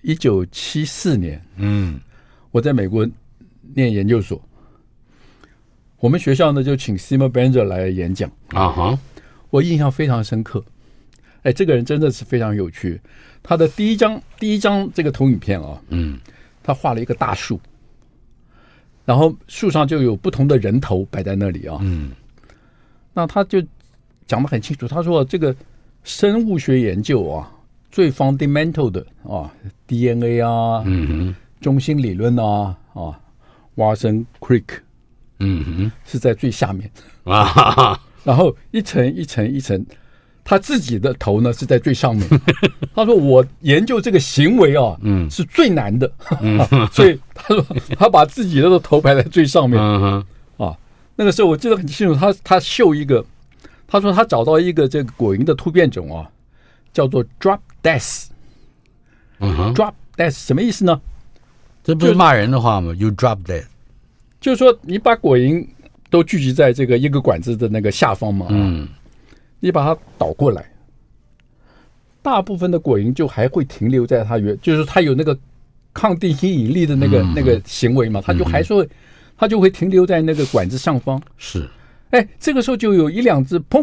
Speaker 2: 一九七四年，
Speaker 1: 嗯
Speaker 2: 我在美国念研究所，我们学校呢就请 Seymour Bender 来演讲，
Speaker 1: 啊哈，
Speaker 2: 我印象非常深刻。哎，这个人真的是非常有趣。他的第一张第一张这个投影片啊，
Speaker 1: 嗯
Speaker 2: 他画了一个大树，然后树上就有不同的人头摆在那里啊。
Speaker 1: 嗯
Speaker 2: 那他就讲得很清楚，他说这个生物学研究啊，最 fundamental 的啊，DNA 啊，
Speaker 1: 嗯哼，
Speaker 2: 中心理论啊，啊，挖深 Creek
Speaker 1: 嗯
Speaker 2: 是在最下面，
Speaker 1: 哼，啊哈哈，
Speaker 2: 然后一层一层一层，他自己的头呢是在最 上面。他说我研究这个行为啊，
Speaker 1: 嗯
Speaker 2: 是最难的， 所以他说他把自己的头排在最上面。
Speaker 1: 嗯哼，
Speaker 2: 那个时候我记得很清楚，他他秀一个，他说他找到一个这个果蝇的突变种啊，叫做 drop death。
Speaker 1: 嗯哼，
Speaker 2: drop death 什么意思呢？
Speaker 1: 这不是骂人的话吗？You drop that，
Speaker 2: 就是说你把果蝇都聚集在这个一个管子的那个下方嘛，
Speaker 1: 嗯
Speaker 2: 你把它倒过来，大部分的果蝇就还会停留在它原，就是它有那个抗地心引力的那个、
Speaker 1: 嗯
Speaker 2: 那个行为嘛，它就还是会，它就会停留在那个管子上方。
Speaker 1: 是，
Speaker 2: 哎，这个时候就有一两只砰，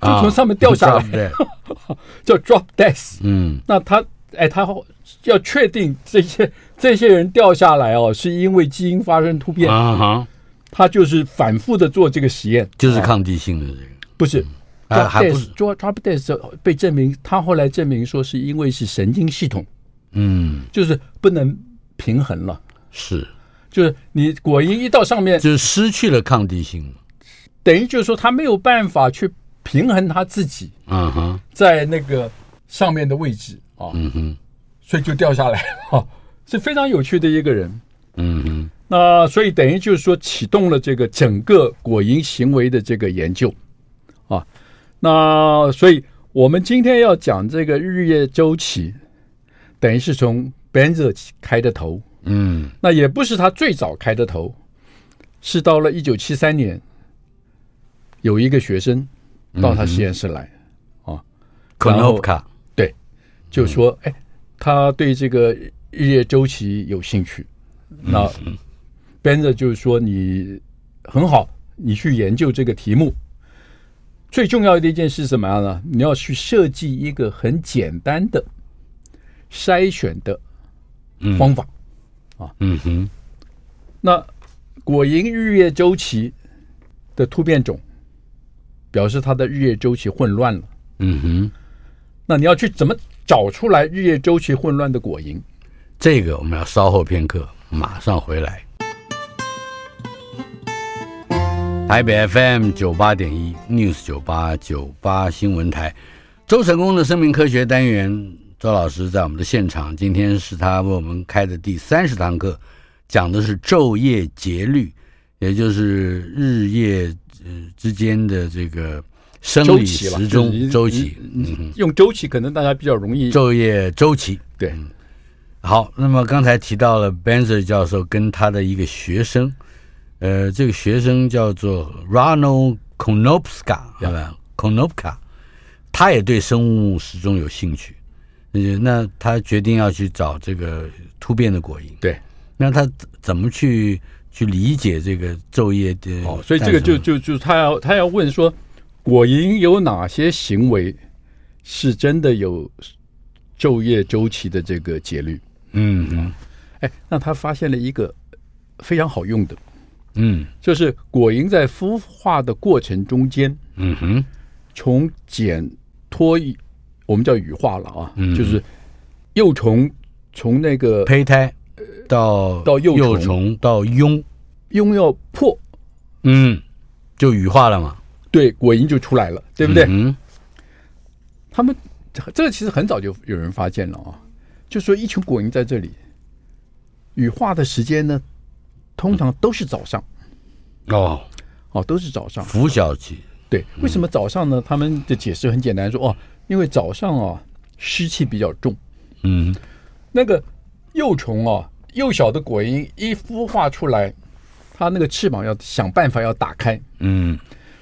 Speaker 2: 就
Speaker 1: 啊
Speaker 2: 从上面掉下来，
Speaker 1: ，you drop that，
Speaker 2: 叫 drop death。
Speaker 1: 嗯
Speaker 2: 那他哎，他要确定这些这些人掉下来哦，是因为基因发生突变，
Speaker 1: 啊哈，
Speaker 2: 他就是反复的做这个实验，
Speaker 1: 就是抗地性的这个，
Speaker 2: 不是。
Speaker 1: 还嗯啊还不
Speaker 2: 啊 Drop
Speaker 1: 是
Speaker 2: dead- drop drop dead 被证明，他后来证明说是因为是神经系统，
Speaker 1: 嗯
Speaker 2: 就是不能平衡了，
Speaker 1: 是，
Speaker 2: 就是你果蝇一到上面，
Speaker 1: 就是失去了抗地性，
Speaker 2: 等于就是说他没有办法去平衡他自己
Speaker 1: 嗯哼，
Speaker 2: 在那个上面的位置啊，
Speaker 1: 嗯哼，
Speaker 2: 所以就掉下来了、啊，是非常有趣的一个人。
Speaker 1: 嗯哼，
Speaker 2: 那所以等于就是说启动了这个整个果蝇行为的这个研究啊。那所以我们今天要讲这个日夜周期，等于是从 Benzer 开的头，
Speaker 1: 嗯
Speaker 2: 那也不是他最早开的头，是到了一九七三年，有一个学生到他实验室来，
Speaker 1: ，Konopka，
Speaker 2: 就说：“
Speaker 1: 嗯
Speaker 2: 哎，他对这个日夜周期有兴趣。”
Speaker 1: 嗯
Speaker 2: 那 Benzer 就是说：“你很好，你去研究这个题目。最重要的一件事是什么样呢？你要去设计一个很简单的筛选的方法。啊
Speaker 1: 嗯哼，
Speaker 2: 那果蝇日夜周期的突变种，表示它的日夜周期混乱了。
Speaker 1: 嗯哼。
Speaker 2: 那你要去怎么找出来日夜周期混乱的果蝇？”
Speaker 1: 这个我们要稍后片刻，马上回来。台北 FM 九八点一 News 九八九八新闻台，周成功的生命科学单元，周老师在我们的现场，今天是他为我们开的第三十堂课，讲的是昼夜节律，也就是日夜呃之间的这个生
Speaker 2: 周
Speaker 1: 理
Speaker 2: 期吧
Speaker 1: 时
Speaker 2: 就是
Speaker 1: 钟
Speaker 2: 你
Speaker 1: 周期，嗯
Speaker 2: 你用周期可能大家比较容易。
Speaker 1: 昼夜周嗯期。
Speaker 2: 对，
Speaker 1: 好，那么刚才提到了 Benzer 教授跟他的一个学生，呃，这个学生叫做 Rano Konopska，对吧？Konopka，他也对生物时钟有兴趣，呃那他决定要去找这个突变的果蝇。
Speaker 2: 对，
Speaker 1: 那他怎怎么去去理解这个昼夜的？
Speaker 2: 哦，所以这个就
Speaker 1: 诞生
Speaker 2: 就就他要他要问说，果蝇有哪些行为是真的有昼夜周期的这个节律？
Speaker 1: 嗯嗯
Speaker 2: 哎，那他发现了一个非常好用的，
Speaker 1: 嗯
Speaker 2: 就是果蝇在孵化的过程中间，
Speaker 1: 嗯哼
Speaker 2: 从茧脱羽，我们叫羽化了啊，
Speaker 1: 嗯
Speaker 2: 就是幼虫从那个
Speaker 1: 胚胎到
Speaker 2: 到幼
Speaker 1: 幼
Speaker 2: 虫
Speaker 1: 虫到蛹，
Speaker 2: 蛹要破，
Speaker 1: 嗯，就羽化了嘛，
Speaker 2: 对，果蝇就出来了，对不对？
Speaker 1: 嗯哼
Speaker 2: 他们这这个其实很早就有人发现了啊，就说一群果蝇在这里，羽化的时间呢，通常都是早上
Speaker 1: 哦，
Speaker 2: 哦，都是早上。
Speaker 1: 拂晓期，
Speaker 2: 对，
Speaker 1: 嗯
Speaker 2: 为什么早上呢？他们的解释很简单，说哦，因为早上啊湿气比较重，
Speaker 1: 嗯
Speaker 2: 那个幼虫啊，幼小的果蝇一孵化出来，它那个翅膀要想办法要打开，
Speaker 1: 嗯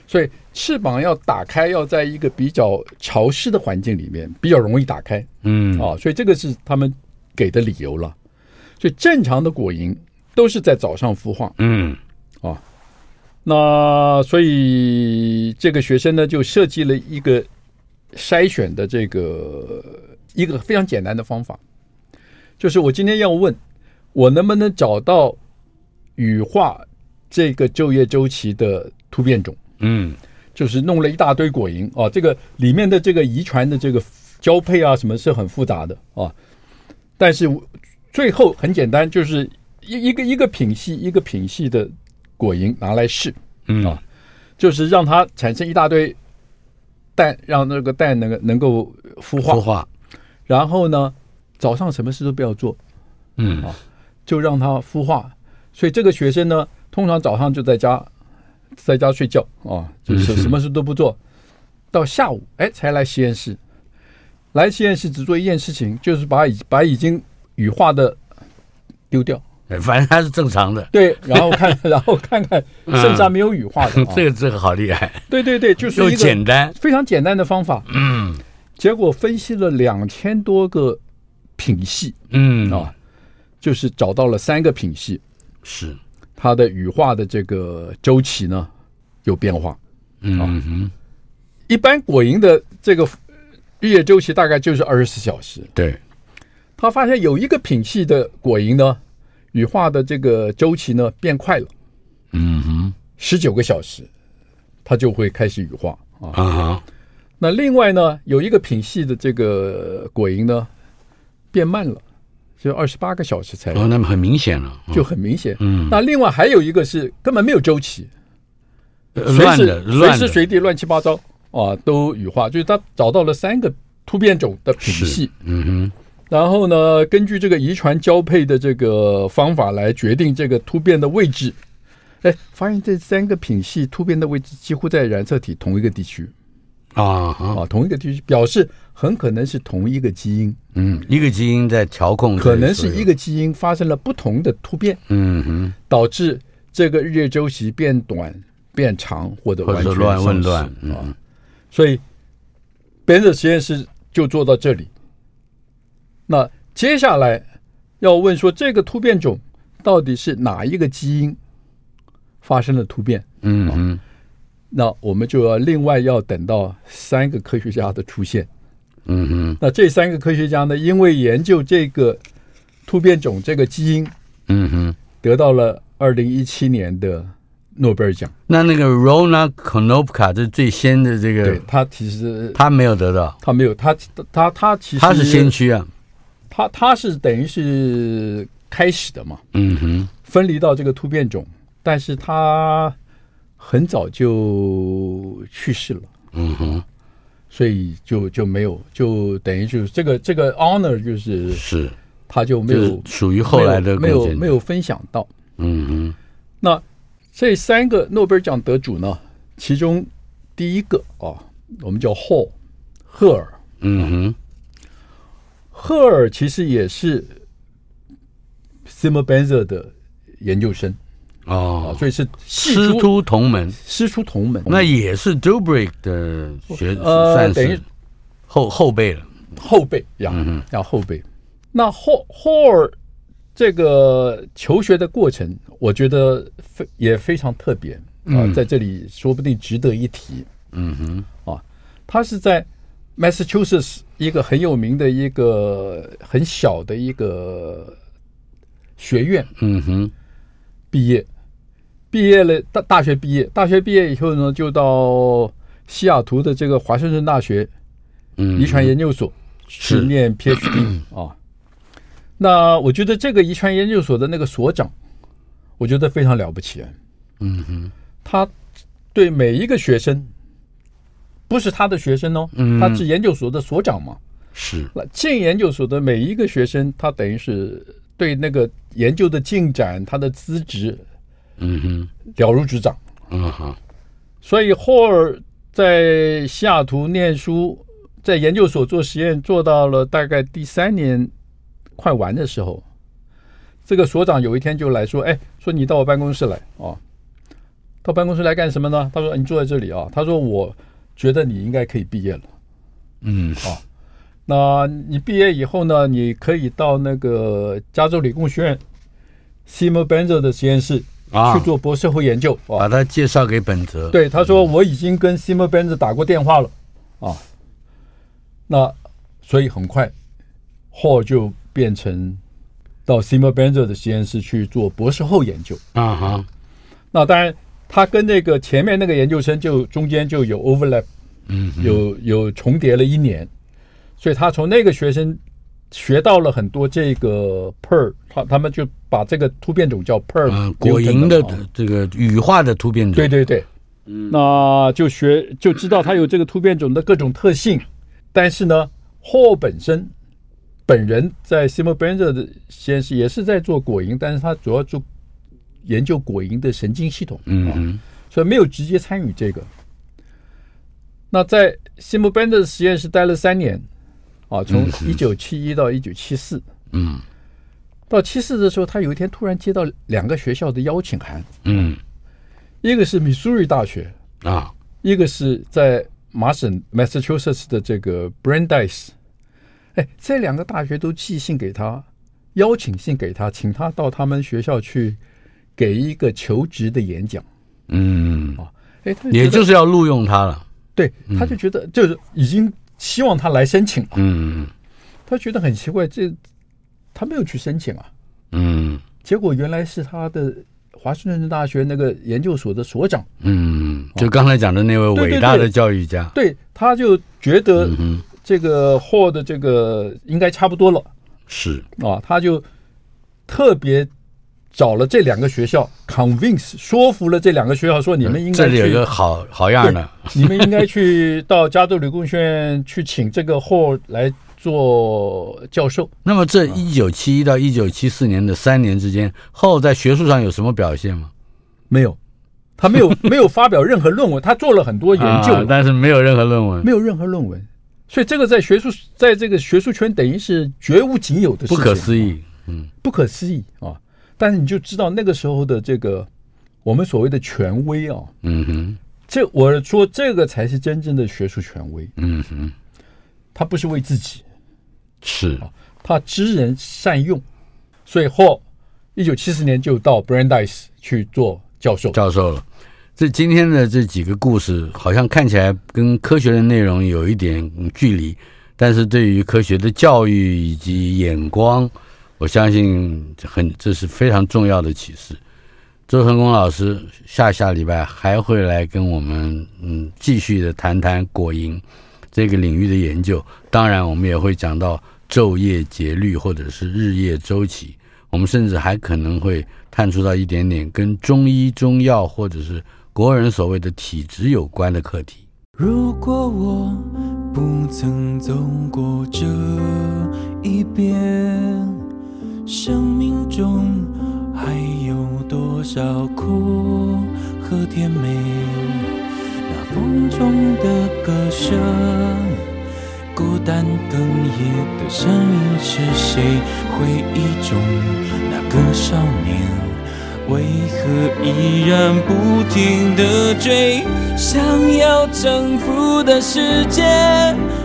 Speaker 2: 所以翅膀要打开，要在一个比较潮湿的环境里面，比较容易打开
Speaker 1: 嗯，
Speaker 2: 啊。所以这个是他们给的理由了。所以正常的果蝇都是在早上孵化，
Speaker 1: 嗯，
Speaker 2: 那所以这个学生呢，就设计了一个筛选的这个一个非常简单的方法，就是我今天要问我能不能找到羽化这个就业周期的突变种，
Speaker 1: 嗯，
Speaker 2: 就是弄了一大堆果蝇啊，这个里面的这个遗传的这个交配啊，什么是很复杂的啊，但是最后很简单，就是一一个一个品系一个品系的果蝇拿来试。
Speaker 1: 嗯，
Speaker 2: 啊就是让它产生一大堆蛋，让那个蛋能够能够孵
Speaker 1: 说
Speaker 2: 化。
Speaker 1: 话，
Speaker 2: 然后呢，早上什么事都不要做，
Speaker 1: 嗯
Speaker 2: 就让它孵化。所以这个学生呢，通常早上就在家，在家睡觉啊，就是什么事都不做，到下午哎才来实验室。来实验室只做一件事情，就是把已把已经羽化的丢掉，
Speaker 1: 哎反正他是正常的，，
Speaker 2: 对，嗯然后看 然后看看剩下没有羽化的、啊
Speaker 1: 这个这个好厉害，
Speaker 2: 对对对，就是
Speaker 1: 又
Speaker 2: 一个
Speaker 1: 简单，
Speaker 2: 非常简单的方法。
Speaker 1: 嗯
Speaker 2: 结果分析了两千多个品系
Speaker 1: 嗯
Speaker 2: 啊，就是找到了三个品系，
Speaker 1: 是，
Speaker 2: 它的羽化的这个周期呢有变化。
Speaker 1: 嗯哼，
Speaker 2: 一般果蝇的这个呃日夜周期大概就是二十四小时，
Speaker 1: 对，
Speaker 2: 他发现有一个品系的果蝇呢，羽化的这个周期呢变快了，
Speaker 1: 嗯哼，
Speaker 2: 十九个小时，它就会开始羽化啊。
Speaker 1: 啊哈，
Speaker 2: 那另外呢，有一个品系的这个果蝇呢变慢了，就二十八个小时才
Speaker 1: 哦，那么很明显了，
Speaker 2: 就很明显。
Speaker 1: 嗯，
Speaker 2: 那另外还有一个是根本没有周期，
Speaker 1: 呃
Speaker 2: 随
Speaker 1: 乱的
Speaker 2: 时随
Speaker 1: 乱
Speaker 2: 时
Speaker 1: 的，
Speaker 2: 随地乱七八糟啊都羽化，就是他找到了三个突变种的品系，
Speaker 1: 嗯哼，
Speaker 2: 然后呢，根据这个遗传交配的这个方法来决定这个突变的位置。哎，发现这三个品系突变的位置几乎在染色体同一个地区
Speaker 1: 啊哈，
Speaker 2: 啊，同一个地区表示很可能是同一个基因，
Speaker 1: 嗯，一个基因在调控这所
Speaker 2: 可
Speaker 1: 有，
Speaker 2: 能是一个基因发生了不同的突变。
Speaker 1: 嗯哼。
Speaker 2: 导致这个日夜周期变短、变长或者
Speaker 1: 或者
Speaker 2: 完全
Speaker 1: 乱
Speaker 2: 丧
Speaker 1: 混
Speaker 2: 失
Speaker 1: 乱嗯
Speaker 2: 啊。所以，别的实验室就做到这里。那接下来要问说，这个突变种到底是哪一个基因发生了突变？
Speaker 1: 嗯嗯，
Speaker 2: 那我们就要另外要等到三个科学家的出现。
Speaker 1: 嗯哼，
Speaker 2: 那这三个科学家呢，因为研究这个突变种这个基因，
Speaker 1: 嗯哼。
Speaker 2: 得到了二零一七年的诺贝尔奖。
Speaker 1: 那那个 Rona Konopka 这最先的这个，
Speaker 2: 对他其实
Speaker 1: 他没有得到，
Speaker 2: 他没有他他他其实
Speaker 1: 他是先驱啊。
Speaker 2: 他他是等于是开始的嘛，
Speaker 1: 嗯哼，
Speaker 2: 分离到这个突变种，但是他很早就去世了，
Speaker 1: 嗯哼，
Speaker 2: 所以就就没有就等于就是这个这个 honor 就是
Speaker 1: 是，
Speaker 2: 他就没
Speaker 1: 就
Speaker 2: 有
Speaker 1: 是属于后来的
Speaker 2: 没有
Speaker 1: 贡
Speaker 2: 没有
Speaker 1: 献
Speaker 2: 没有分享到。
Speaker 1: 嗯
Speaker 2: 那这三个诺贝尔奖得主呢，其中第一个啊，我们叫 Hall 赫尔，
Speaker 1: 哼，嗯哼，
Speaker 2: 赫尔其实也是 Simon Benzer 的研究生啊，
Speaker 1: 哦，
Speaker 2: 所以是系
Speaker 1: 师
Speaker 2: 出
Speaker 1: 出同门，
Speaker 2: 师出同门。
Speaker 1: 那也是 Dubrick 的学
Speaker 2: 呃
Speaker 1: 算
Speaker 2: 等
Speaker 1: 是
Speaker 2: 于
Speaker 1: 后后辈了。
Speaker 2: 后辈呀
Speaker 1: 嗯哼，
Speaker 2: 要后辈。那霍霍尔这个求学的过程，我觉得非也非常特别啊，在这里说不定值得一提。啊
Speaker 1: 嗯
Speaker 2: 他是在 Massachusetts 一个很有名的一个很小的一个学院，
Speaker 1: 哼，嗯哼，
Speaker 2: 毕业，毕业了大大学毕业，大学毕业以后呢，就到西雅图的这个华盛顿大学
Speaker 1: 嗯，
Speaker 2: 遗传研究所去
Speaker 1: 是嗯
Speaker 2: 念 PhD 啊。那我觉得这个遗传研究所的那个所长，我觉得非常了不起。啊
Speaker 1: 嗯哼，
Speaker 2: 他对每一个学生，不是他的学生哦，
Speaker 1: 嗯
Speaker 2: 他是研究所的所长嘛。
Speaker 1: 是，
Speaker 2: 那进研究所的每一个学生，他等于是对那个研究的进展、他的资质
Speaker 1: 嗯哼，
Speaker 2: 了如指掌。
Speaker 1: 嗯哼，
Speaker 2: 所以霍尔在西雅图念书，在研究所做实验，做到了大概第三年快完的时候，这个所长有一天就来说：“哎，说你到我办公室来哦。”到办公室来干什么呢？他说：“你坐在这里啊。”他说：“我觉得你应该可以毕业了。
Speaker 1: 嗯
Speaker 2: 那你毕业以后呢，你可以到那个加州理工学院 Seymour Benzer 的实验室
Speaker 1: 啊
Speaker 2: 去，做博士后研究啊。
Speaker 1: 把他介绍给本泽。，
Speaker 2: 对，他
Speaker 1: 嗯
Speaker 2: 说我已经跟 Seymour Benzer 打过电话了啊。那所以很快，Hall 就变成到 Seymour Benzer 的实验室去做博士后研究。
Speaker 1: 啊哈，
Speaker 2: 那当然，他跟那个前面那个研究生就中间就有 overlap，
Speaker 1: 嗯，
Speaker 2: 有有重叠了一年，所以他从那个学生学到了很多这个 per，他他们就把这个突变种叫 per，、
Speaker 1: 嗯，果蝇的
Speaker 2: 啊
Speaker 1: 这个羽化的突变种。嗯
Speaker 2: 哦对对对，那就学就知道它有这个突变种的各种特性，但是呢，霍本身本人在 s i m o b e n z e r 的实验室也是在做果蝇，但是他主要做研究果蝇的神经系统，
Speaker 1: 嗯
Speaker 2: 啊
Speaker 1: 哼，
Speaker 2: 所以没有直接参与这个。那在 s i m o b e n z e r 实验室待了三年，啊，从一九七一到一九七四，
Speaker 1: 嗯
Speaker 2: 到七四的时候，他有一天突然接到两个学校的邀请函，
Speaker 1: 嗯
Speaker 2: 一个是 Missouri 大学，
Speaker 1: 啊，
Speaker 2: 一个是在麻省 Massachusetts 的这个 Brandeis，哎，这两个大学都寄信给他，邀请信给他，请他到他们学校去给一个求职的演讲。
Speaker 1: 嗯，
Speaker 2: 哎，他
Speaker 1: 也
Speaker 2: 就觉
Speaker 1: 就
Speaker 2: 得
Speaker 1: 是嗯要录用他了。
Speaker 2: 对，他就觉得就是已经希望他来申请了，
Speaker 1: 嗯
Speaker 2: 他觉得很奇怪，这他没有去申请啊，
Speaker 1: 嗯
Speaker 2: 结果原来是他的华盛顿大学那个研究所的所长，
Speaker 1: 嗯，就刚才讲的那位
Speaker 2: 对对
Speaker 1: 伟大的
Speaker 2: 对
Speaker 1: 教育家。
Speaker 2: 对，他就觉得
Speaker 1: 嗯哼，
Speaker 2: 这个货的这个应该差不多了。
Speaker 1: 是，
Speaker 2: 啊，他就特别找了这两个学校，convince 说服了这两个学校说你们应
Speaker 1: 嗯这
Speaker 2: 该
Speaker 1: 里有一
Speaker 2: 去
Speaker 1: 个，好好样的。
Speaker 2: 你们应该去到加州理工学院去请这个霍来做教授。
Speaker 1: 那么这一九七一到一九七四年的三年之间，后在学术上有什么表现吗？
Speaker 2: 没有，他没有没有发表任何论文，他做了很多研究，
Speaker 1: 啊但是没有任何论文，
Speaker 2: 没有任何论文。所以这个在学术，在这个学术圈等于是绝无仅有的
Speaker 1: 不
Speaker 2: 事情，
Speaker 1: 可思议。
Speaker 2: 不可思议啊！但是你就知道那个时候的这个我们所谓的权威啊，
Speaker 1: 嗯哼，
Speaker 2: 这我说这个才是真正的学术权威，
Speaker 1: 嗯哼，
Speaker 2: 他不是为自己，
Speaker 1: 是，
Speaker 2: 他知人善用。所以后一九七四年就到 Brandeis 去做教授。
Speaker 1: 教授了。这今天的这几个故事，好像看起来跟科学的内容有一点距离，但是对于科学的教育以及眼光，我相信很这是非常重要的启示。周成功老师下下礼拜还会来跟我们嗯继续的谈谈果蝇这个领域的研究，当然我们也会讲到昼夜节律或者是日夜周期，我们甚至还可能会探出到一点点跟中医、中药或者是国人所谓的体质有关的课题。
Speaker 3: 如果我不曾走过这一边，生命中还有多少苦和甜美？那风中的歌声，孤单哽咽的声音是谁？回忆中那个少年。为何依然不停地追？想要征服的世界，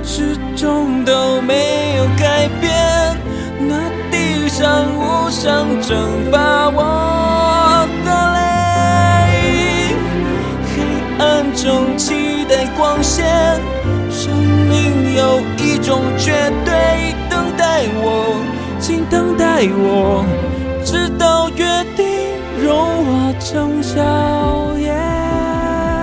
Speaker 3: 始终都没有改变。那地上无声蒸发我的泪，黑暗中期待光线，生命有一种绝对，等待我，请等待我。直到约定融化成笑颜。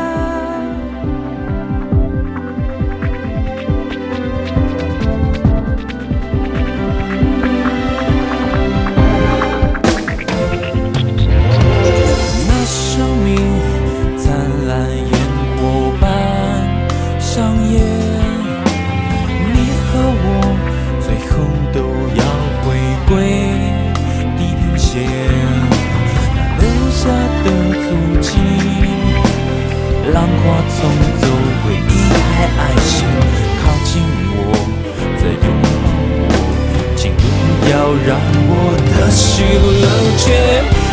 Speaker 3: 那生命灿烂烟火般上演。你和我最后都要回归地平线，那留下的足迹，浪花冲走回忆和爱情，靠近我，再拥抱我，请不要让我的心冷却。